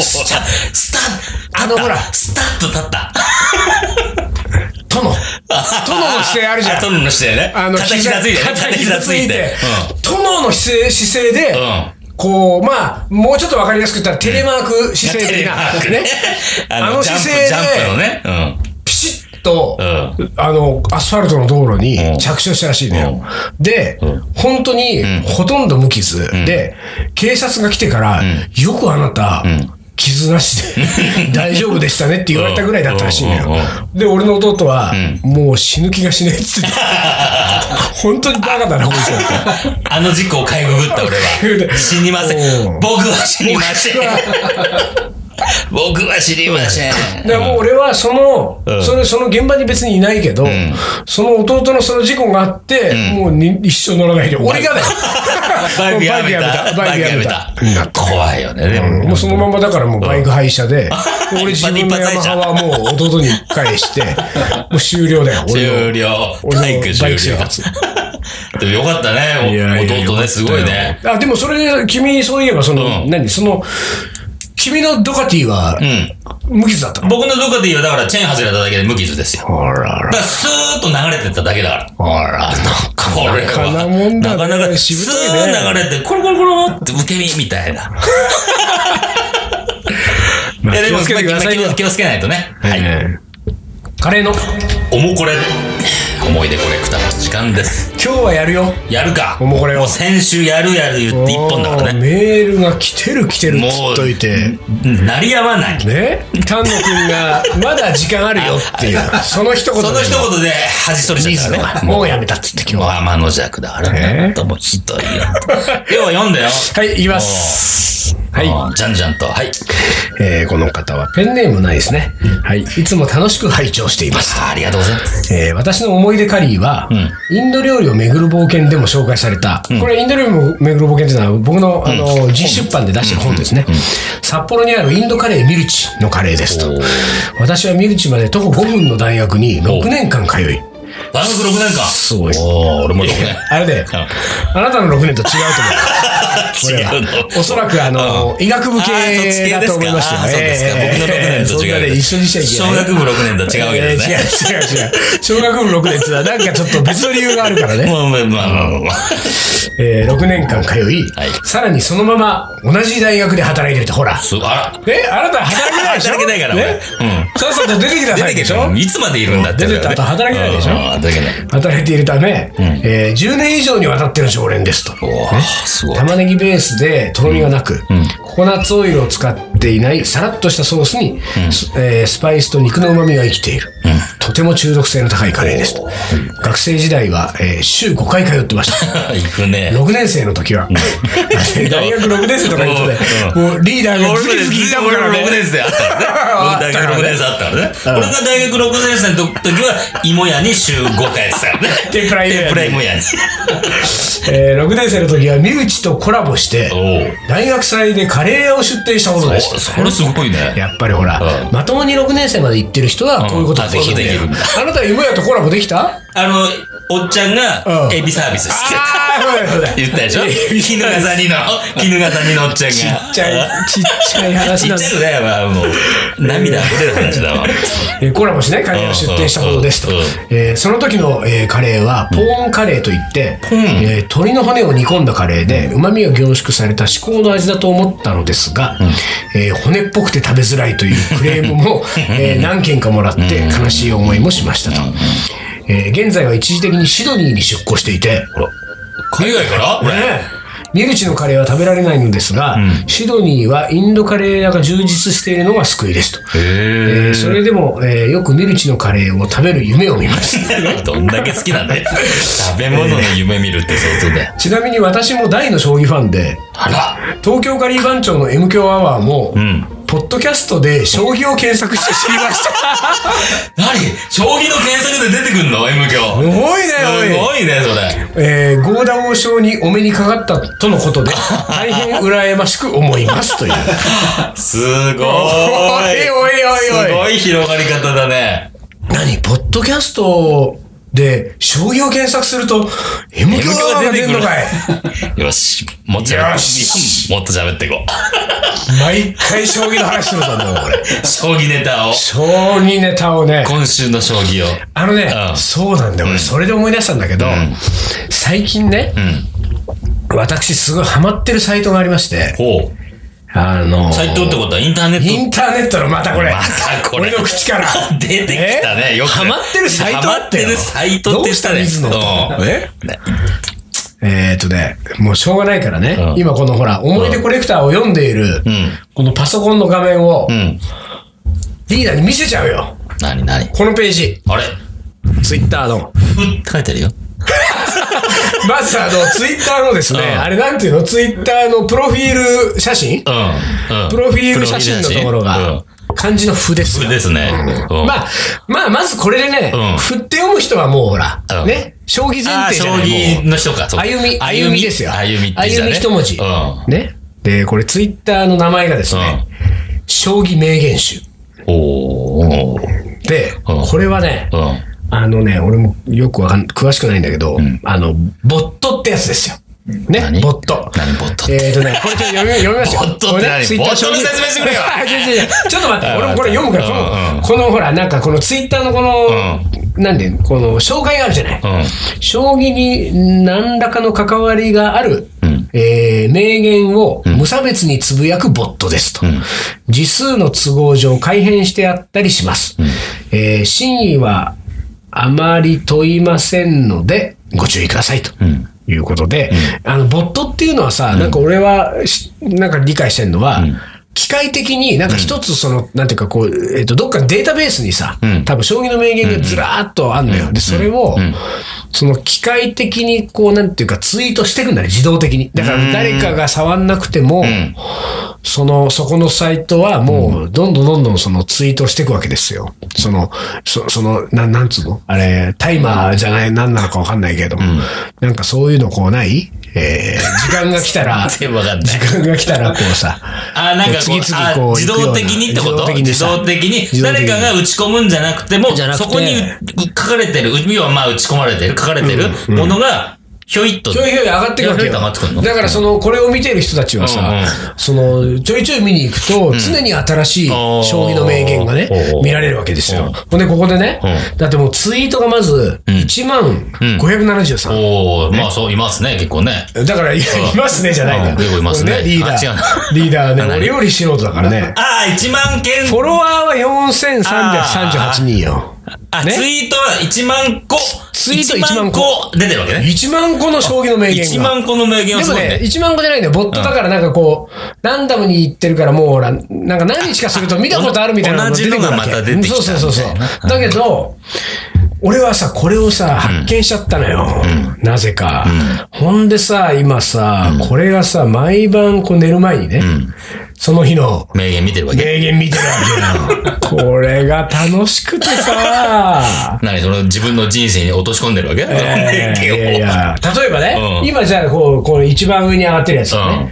Speaker 2: スタスタ
Speaker 1: あのほら
Speaker 2: スタッと立った。
Speaker 1: 殿、殿の姿勢あるじゃん
Speaker 2: あ。トンの姿勢ね。
Speaker 1: あの、
Speaker 2: 片膝ついてね。
Speaker 1: 肩
Speaker 2: 片
Speaker 1: 膝
Speaker 2: 膝
Speaker 1: つ
Speaker 2: つ
Speaker 1: い
Speaker 2: い
Speaker 1: て
Speaker 2: て。、
Speaker 1: 殿の姿勢、姿勢で、
Speaker 2: う
Speaker 1: こう、まあ、もうちょっとわかりやすく言ったら、テレマーク姿勢
Speaker 2: テ
Speaker 1: 的
Speaker 2: レ
Speaker 1: な
Speaker 2: マー、ク
Speaker 1: ね
Speaker 2: ね。。
Speaker 1: あ
Speaker 2: あ
Speaker 1: の
Speaker 2: の、ジャン
Speaker 1: 姿
Speaker 2: プ、
Speaker 1: 勢
Speaker 2: ジャンプの
Speaker 1: で、
Speaker 2: ね。うん。
Speaker 1: ピシッと
Speaker 2: う、
Speaker 1: あの、アスファルトの道路に
Speaker 2: うん
Speaker 1: 着床したらしいのよ。で、本当に、ほとんど無傷で、警察が来てから、よくあなた、傷なしで 大丈夫でしたねって言われたぐらいだったらしいの
Speaker 2: うんうん
Speaker 1: よ
Speaker 2: うん。
Speaker 1: で、俺の弟は、もう死ぬ気がしねえっ つって。本当にバカだな、こいつだって。
Speaker 2: あの事故をかいぐぐった俺は、死にません
Speaker 1: うん。
Speaker 2: 僕は死にません。僕は知りません。
Speaker 1: だからもう俺はその、
Speaker 2: うん
Speaker 1: それその現場に別にいないけど、その弟のその事故があって、もうに一生乗らないで、俺がね、
Speaker 2: バイクやめた。
Speaker 1: バイクやめた。バイクやめた。
Speaker 2: 怖いよね、で
Speaker 1: うんもうそのままだからもうバイク廃車で、
Speaker 2: ん
Speaker 1: 俺自分のヤマハはもう弟に返 して、もう終了だよ、俺の
Speaker 2: 終了。
Speaker 1: 俺の
Speaker 2: バイク
Speaker 1: バ
Speaker 2: 終
Speaker 1: イ
Speaker 2: 了
Speaker 1: ク生活。
Speaker 2: でもよかったね、弟ね、すごいね。。
Speaker 1: あ、でもそれで、君、そういえば、その、
Speaker 2: うん
Speaker 1: 何その、君のドカティは
Speaker 2: う、ん。
Speaker 1: 無傷だったの、
Speaker 2: 僕のどこで言えば、だからチェーン外れただけで無傷ですよ。
Speaker 1: あらあ
Speaker 2: だからスーッと流れてっただけだから。
Speaker 1: ら。あら、なんか、
Speaker 2: これは、
Speaker 1: なかなもんだね
Speaker 2: なかなか、
Speaker 1: し
Speaker 2: ス
Speaker 1: ぶといね
Speaker 2: ーッ流れて、コロコロコロって受け身みたいな。い
Speaker 1: まあ
Speaker 2: や、でも、
Speaker 1: 気をつけてくださいよ
Speaker 2: まあ気をつけないとね。はい。
Speaker 1: ええカレーの、
Speaker 2: おもこれ、思い出コレクターの時間です。
Speaker 1: 今日はやるよ。
Speaker 2: やるか。
Speaker 1: おもこれを
Speaker 2: もう先週やるやる言って一本だから
Speaker 1: おー
Speaker 2: ね。
Speaker 1: メールが来てる来てるっつっといて。
Speaker 2: うん鳴りやまない。
Speaker 1: ね丹野くんが、まだ時 間あるよっていう、その一言で。
Speaker 2: その一言で恥それちゃったからね。
Speaker 1: もうやめたっつって今日
Speaker 2: もう
Speaker 1: は。
Speaker 2: 天の弱だから
Speaker 1: え
Speaker 2: ね
Speaker 1: ー。
Speaker 2: ともうひ どいよ。要は読んだよ。
Speaker 1: はい、いきます。はい。
Speaker 2: い。じゃんじゃんと。はい。
Speaker 1: えーこの方はペンネームないですね。はい。いつも楽しく拝聴しています。
Speaker 2: ありがとうございます。
Speaker 1: えー私の思い出カリーは、インド料理を巡る冒険でも紹介された、これインド料理を巡る冒険っていうのは僕の,、あの実出版で出した本ですね、札幌にあるインドカレーミルチのカレーですと
Speaker 2: おー
Speaker 1: 私はミルチまで徒歩5分の大学に6年間通い
Speaker 2: ワンク6年間。す
Speaker 1: ごい
Speaker 2: おー、俺も6年。
Speaker 1: あれで、あなたの6年と違うと
Speaker 2: 違
Speaker 1: 思う。
Speaker 2: うの。
Speaker 1: おそらくあの、医学部系だと思いました
Speaker 2: あーそっち系ですかあーそうですか。僕の6年
Speaker 1: そ
Speaker 2: と違う。
Speaker 1: んなね、一緒にしちゃいけない
Speaker 2: 小。学部6年と違うわけ
Speaker 1: え
Speaker 2: で
Speaker 1: ー
Speaker 2: すね。
Speaker 1: 違う違う違う。小学部6年ってのはなんかちょっと別の理由があるからね。
Speaker 2: もう、まあまあまあまあ。
Speaker 1: えー6年間通い、
Speaker 2: はい
Speaker 1: さらにそのまま同じ大学で働いてると、ほら。
Speaker 2: すあ
Speaker 1: え、あなた働けない
Speaker 2: ら。
Speaker 1: でしょ
Speaker 2: 働けないから、
Speaker 1: ね
Speaker 2: ね、、
Speaker 1: さっさと出てきな
Speaker 2: うん。出
Speaker 1: さ
Speaker 2: て
Speaker 1: いで
Speaker 2: けで
Speaker 1: し
Speaker 2: しょ
Speaker 1: ょ
Speaker 2: いつまでいるんだって。
Speaker 1: 出てった後働けないでしょ
Speaker 2: うん働けない。
Speaker 1: 働いているため、えー10年以上にわたっての常連ですと。
Speaker 2: おー、すごい。
Speaker 1: 玉ねぎベースでとろみがなく、ココナッツオイルを使っていないさらっとしたソースに、すえースパイスと肉の旨味が生きている、とても中毒性の高いカレーですと学生時代は、えー週5回通ってました
Speaker 2: 行くね。
Speaker 1: 6年生の時は 大学6年生とか言っててもうリーダーが次々いたもんから
Speaker 2: 俺もね
Speaker 1: ね
Speaker 2: 6年生あ ったからね。僕大学6年生あったからね。俺が大学6年生の時は、芋屋に週5回やってたからね。
Speaker 1: 天ぷら芋屋に
Speaker 2: 天ぷら芋屋に。
Speaker 1: えー6年生の時は身内とコラボして
Speaker 2: おう
Speaker 1: 大学祭でカレー屋を出店したことです
Speaker 2: おそれすごいね。
Speaker 1: やっぱりほら、
Speaker 2: うん
Speaker 1: まともに6年生まで行ってる人はこういうことができるんだよ。
Speaker 2: うん あ
Speaker 1: あなた、芋屋とコラボできた
Speaker 2: あの、おっちゃん
Speaker 1: う
Speaker 2: が
Speaker 1: ん、
Speaker 2: エビサービスしてた。
Speaker 1: ああ、そうだよ、そうだよ。
Speaker 2: 言ったでしょ絹笠にの、絹笠にのおっちゃんが。ち
Speaker 1: ちっちゃい、ちっちゃい話
Speaker 2: ち
Speaker 1: な
Speaker 2: っ
Speaker 1: ん
Speaker 2: ち
Speaker 1: で
Speaker 2: ゃくね、まあもう、涙溢れる話だわ。
Speaker 1: えーコラボしないカレーを出店したことですと
Speaker 2: うんうんうん。
Speaker 1: えーその時の、えーカレーは、ポーンカレーといって、えー鶏の骨を煮込んだカレーで、旨味が凝縮された至高の味だと思ったのですが、えー骨っぽくて食べづらいというクレームも、えー何件かもらって悲しい思いもしましたと。えー現在は一時的にシドニーに出向していて、
Speaker 2: 海外からこれ。
Speaker 1: ねミルチのカレーは食べられないのですが、シドニーはインドカレー屋が充実しているのが救いですと。
Speaker 2: へ
Speaker 1: え ーそれでも、えーよくミルチのカレーを食べる夢を見ます。
Speaker 2: え。どんだけ好きなんだよ。食べ物の夢見るって相当だよ。
Speaker 1: ちなみに私も大の将棋ファンで、
Speaker 2: あら。
Speaker 1: 東京カリー番長の M 強アワーも、
Speaker 2: ん
Speaker 1: ポッドキャストで将棋を検索して知りました。
Speaker 2: 何将棋の検索で出てくんの ?M
Speaker 1: すご
Speaker 2: 響。
Speaker 1: いね、おい
Speaker 2: すごいね、それ。
Speaker 1: えー、ゴーダ王将にお目にかかったとのことで、 大変羨ましく思いますという。
Speaker 2: すご
Speaker 1: おいおいお
Speaker 2: い。
Speaker 1: いおい
Speaker 2: すごい広がり方だね。
Speaker 1: 何ポッドキャストで将棋を検索すると M 響アワーが出るのかい
Speaker 2: よし。もっと喋
Speaker 1: よ
Speaker 2: っ、
Speaker 1: して
Speaker 2: もっと喋っていこう。
Speaker 1: 毎回将棋の話するぞもう 俺
Speaker 2: 将棋ネタを。
Speaker 1: 将棋ネタをね
Speaker 2: 今週の将棋を。
Speaker 1: あのね、
Speaker 2: うん
Speaker 1: そうなんだよ俺それで思い出したんだけど、最近ね、私すごいハマってるサイトがありまして
Speaker 2: ほう。
Speaker 1: あの
Speaker 2: サイトってことはインターネット
Speaker 1: インターネットのまたこれ
Speaker 2: またこれ
Speaker 1: 俺の口 から
Speaker 2: 出てきたね。よく。
Speaker 1: ハマってるサイトあったよ
Speaker 2: ハマってるサイトって言ったね。
Speaker 1: どうした水野と
Speaker 2: うん
Speaker 1: ええーっとね、もうしょうがないからね、
Speaker 2: うん
Speaker 1: 今このほら、思い出コレクターを読んでいる、
Speaker 2: ん
Speaker 1: このパソコンの画面を、
Speaker 2: うん。
Speaker 1: リーダーに見せちゃうよ。
Speaker 2: なになに
Speaker 1: このページ、
Speaker 2: あれ
Speaker 1: ツイッターの。
Speaker 2: ふって書いてあるよ。
Speaker 1: まずあの、ツイッターのですね、
Speaker 2: うん
Speaker 1: あれなんていうのツイッターのプロフィール写真
Speaker 2: うん。うん
Speaker 1: プロフィール写真のところ
Speaker 2: う
Speaker 1: が
Speaker 2: ん、
Speaker 1: 漢字の符ですよ。
Speaker 2: ですね。うん
Speaker 1: まあ、まあ、まずこれでね
Speaker 2: うん、
Speaker 1: 振って読む人はもうほら
Speaker 2: う、ん
Speaker 1: ね、将棋前
Speaker 2: あー
Speaker 1: 提じ
Speaker 2: 将
Speaker 1: ゃない
Speaker 2: 棋
Speaker 1: もう
Speaker 2: の人か。そうか
Speaker 1: 歩み、歩みですよ。
Speaker 2: 歩みって
Speaker 1: 歩み一文字
Speaker 2: うん。。
Speaker 1: ね。で、これツイッターの名前がですね、将棋名言集。
Speaker 2: おー。
Speaker 1: で、
Speaker 2: うん
Speaker 1: これはね、
Speaker 2: うん。
Speaker 1: あのね、俺もよくわかん、詳しくないんだけど、あの、ボットってやつですよ。ね、
Speaker 2: 何
Speaker 1: ボット。
Speaker 2: 何ボットって
Speaker 1: えーとね、これちょっと読み読みますよ。
Speaker 2: ボットっ
Speaker 1: こ
Speaker 2: て何
Speaker 1: れね Twitter
Speaker 2: ボットの説明してくれよ
Speaker 1: いやいやいやちょっと待って、
Speaker 2: うん
Speaker 1: 俺もこれ読むから、この、このほら、なんかこのツイッターのこの、なんで、この紹介があるじゃない。
Speaker 2: うん。
Speaker 1: 将棋に何らかの関わりがある、
Speaker 2: ん
Speaker 1: えー名言を無差別につぶやくボットですと、字数の都合上改変してあったりします、えー真意はあまり問いませんのでご注意くださいと。いうことで、あの、ボットっていうのはさ、なんか俺はし、なんか理解してるのは、機械的になんか一つその、なんていうかこう、えっ、と、どっかのデータベースにさ、多分将棋の名言がずらーっとあんのよ。で、それを、その機械的にこう、なんていうかツイートしていくんだね、自動的に。だから誰かが触んなくても、
Speaker 2: ん
Speaker 1: その、そこのサイトはもう、どんどんどんどんそのツイートしていくわけですよ。その、そその、なん、なんつうのあれ、タイマーじゃない、なんなのかわかんないけれども、なんかそういうのこうないえー時間が来た ら、
Speaker 2: 全
Speaker 1: 時
Speaker 2: 然わかんない。
Speaker 1: 間が来たらこうさ、
Speaker 2: あー、なんかこう、
Speaker 1: 次々
Speaker 2: あ
Speaker 1: こう
Speaker 2: ー自動的にってこと
Speaker 1: 自
Speaker 2: 自
Speaker 1: 動
Speaker 2: 動
Speaker 1: 的
Speaker 2: 的
Speaker 1: に
Speaker 2: に
Speaker 1: さ自動的に
Speaker 2: 誰かが打ち込むんじゃなくても、
Speaker 1: じゃなくて
Speaker 2: そこにう書かれてる、要はまあ打ち込まれてる、書かれてるものが、ひょいっと。
Speaker 1: ひょいひょい上がっていくわけよ。
Speaker 2: ひょいひょい上がってくんの
Speaker 1: だからその、これを見てる人たちはさ、
Speaker 2: うんうん
Speaker 1: その、ちょいちょい見に行くと、常に新しい将棋の名言がね
Speaker 2: お、ー
Speaker 1: 見られるわけです
Speaker 2: う
Speaker 1: よ
Speaker 2: ん。
Speaker 1: ほんで、ここでね、
Speaker 2: う
Speaker 1: だってもうツイートがまず、1万573。
Speaker 2: おー、まあそう、いますね、結構ね。
Speaker 1: だから、いやいますね、じゃないんだよ。
Speaker 2: うん結構いますね
Speaker 1: これリーダ
Speaker 2: あ違う
Speaker 1: ー。リーダーね、俺より素人だからね。
Speaker 2: あー、1万件。
Speaker 1: フォロワーは4338人よ。
Speaker 2: あ、
Speaker 1: ね
Speaker 2: ツイートは1万個。
Speaker 1: ツイート1万個
Speaker 2: 出てるわけね。
Speaker 1: 1万個の将棋の名言が。
Speaker 2: 1万個の名言は
Speaker 1: ですも
Speaker 2: ごい
Speaker 1: ね、
Speaker 2: ね。
Speaker 1: 1万個じゃないんだよ。ボットだからなんかこう、ランダムにいってるからもうほら、なんか何日かすると見たことあるみたいなのが
Speaker 2: 同
Speaker 1: 出
Speaker 2: じ
Speaker 1: てくる
Speaker 2: のが
Speaker 1: わ
Speaker 2: ま
Speaker 1: け。
Speaker 2: た出てきた
Speaker 1: そうそうそうそう
Speaker 2: みたい。
Speaker 1: だけど、俺はさ、これをさ、発見しちゃったのよ。なぜか。ほんでさ、今さ、これがさ、毎晩こう寝る前にね、その日の
Speaker 2: 名言見てるわけ。
Speaker 1: 名言見てるわけよ。これが楽しくて さ、
Speaker 2: 何その自分の人生に落とし込んでるわけ、
Speaker 1: えーいやいや例えばね、
Speaker 2: うん
Speaker 1: 今じゃあこう、この一番上に上がってるやつだね。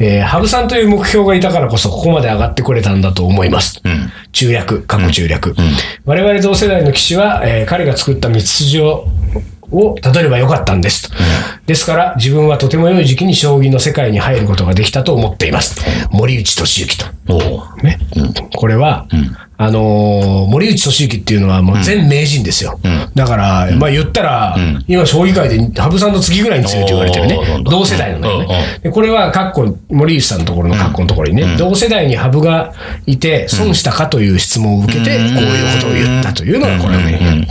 Speaker 1: えー羽生さんという目標がいたからこそ、ここまで上がってこれたんだと思います。
Speaker 2: ん
Speaker 1: 中略、過去中略。我々同世代の棋士は、えー彼が作った道筋を、をたどればよかったんですと、ですから、自分はとても良い時期に将棋の世界に入ることができたと思っています。森内俊之と。
Speaker 2: おー
Speaker 1: ね、これは、あのー森内俊之っていうのはもう全名人ですよ。だから、まあ言ったら、今将棋界で羽生さんの次ぐらいに強いと言われてる
Speaker 2: おーそうな
Speaker 1: ね
Speaker 2: ん。だ
Speaker 1: 同世代の中でね
Speaker 2: うんうん
Speaker 1: でこれは、かっこ、森内さんのところのかっこのところにね、同世代に羽生がいて損したかという質問を受けて、こういうことを言ったというのがこれの名言。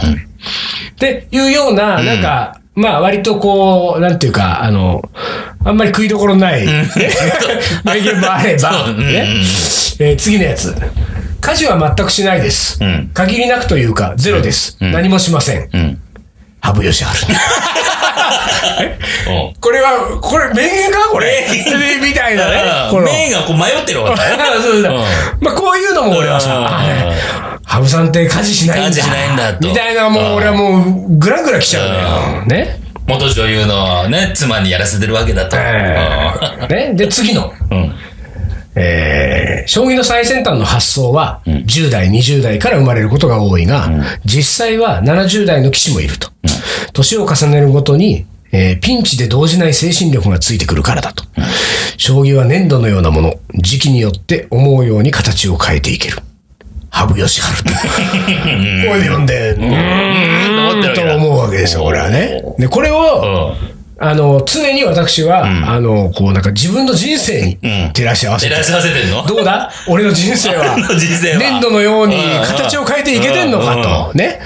Speaker 1: っていうような、なんか、まあ割とこう、なんていうか、あの、あんまり食いどころない、ね 名言もあれば、
Speaker 2: そううんうん
Speaker 1: ねえー次のやつ。家事は全くしないです。
Speaker 2: ん
Speaker 1: 限りなくというか、ゼロです。何もしません。
Speaker 2: ん
Speaker 1: 羽生善治。
Speaker 2: おー
Speaker 1: これは、これ、名言かこれ。みたいなね。この
Speaker 2: 名がこう迷って るわけだよ。
Speaker 1: そうそうまあ、こういうのも俺は
Speaker 2: うん
Speaker 1: さ、あね羽生さんって家事しないんだ。
Speaker 2: 家事しないんだと
Speaker 1: みたいな、もう俺はもう、ぐらぐら来ちゃうね。ね。
Speaker 2: 元女優のね、妻にやらせてるわけだと。
Speaker 1: えーね、で、次の。
Speaker 2: うん
Speaker 1: えー将棋の最先端の発想は、10代、20代から生まれることが多いが、実際は70代の棋士もいると。年を重ねるごとに、えーピンチで動じない精神力がついてくるからだと。将棋は粘土のようなもの、時期によって思うように形を変えていける。羽生善治と。 これで読んで、う
Speaker 2: 思って
Speaker 1: ーん、
Speaker 2: るわ
Speaker 1: と
Speaker 2: けだ
Speaker 1: 思うわけですよ、俺はね。で、これ
Speaker 2: う
Speaker 1: を、
Speaker 2: ん。
Speaker 1: あの、常に私は、あの、こう、なんか自分の人生に照らし合わせ
Speaker 2: 照
Speaker 1: て
Speaker 2: らし合わせてるの
Speaker 1: どうだ俺の人生は。
Speaker 2: 俺の人生は
Speaker 1: 粘土のように形を変えていけてんのかと。
Speaker 2: うん
Speaker 1: ね。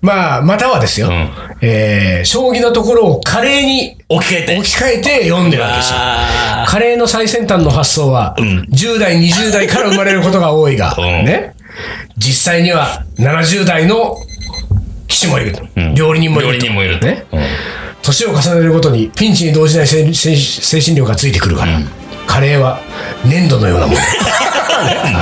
Speaker 1: まあ、またはですよ
Speaker 2: ん。
Speaker 1: えー将棋のところを華麗に
Speaker 2: 置き換えて。
Speaker 1: 置き換えて読んでるわけですよ。
Speaker 2: あ
Speaker 1: カレーの最先端の発想は、
Speaker 2: ん
Speaker 1: 10代、20代から生まれることが多いが、
Speaker 2: うん
Speaker 1: ね。実際には70代の騎士もいると。
Speaker 2: ん
Speaker 1: 料理人もいると。
Speaker 2: 料理人もいると
Speaker 1: ね
Speaker 2: うん。
Speaker 1: 年を重ねるごとにピンチに動じない精精精神力がついてくるから、カレーは粘土のような もの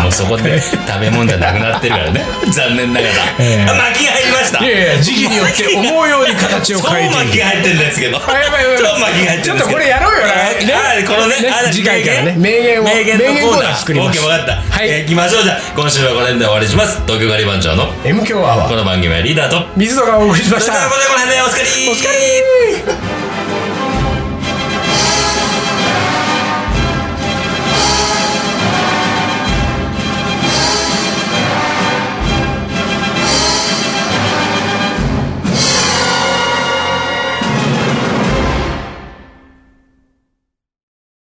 Speaker 2: もうそこで食べ物じゃなくなってるから ね。残念ながら。
Speaker 1: ええ
Speaker 2: あ巻きが入りました。
Speaker 1: いやいや時期によって思うように形を変えてい
Speaker 2: 超
Speaker 1: る
Speaker 2: 巻きが入ってるんですけど。
Speaker 1: あやばいやばい
Speaker 2: 超巻きが入っ
Speaker 1: ちょっ
Speaker 2: てるんですけど。
Speaker 1: とこれやろうよな
Speaker 2: ああこのね、
Speaker 1: ね
Speaker 2: あ
Speaker 1: 次回からね名言を
Speaker 2: 名言
Speaker 1: 名言
Speaker 2: の
Speaker 1: コー
Speaker 2: コー
Speaker 1: ナ
Speaker 2: ナ
Speaker 1: ー
Speaker 2: ー
Speaker 1: 作ります
Speaker 2: OK、わかった。
Speaker 1: は
Speaker 2: はいい。行きましょう。じゃあ、今週はこの辺で終わりにします。東京ガリバン長の。
Speaker 1: M 強アワ
Speaker 2: こ
Speaker 1: ー
Speaker 2: の番組はリーダーと。
Speaker 1: 水戸がお送りしまし
Speaker 2: それで
Speaker 1: た
Speaker 2: はここでこの辺でお疲れ。お疲れ。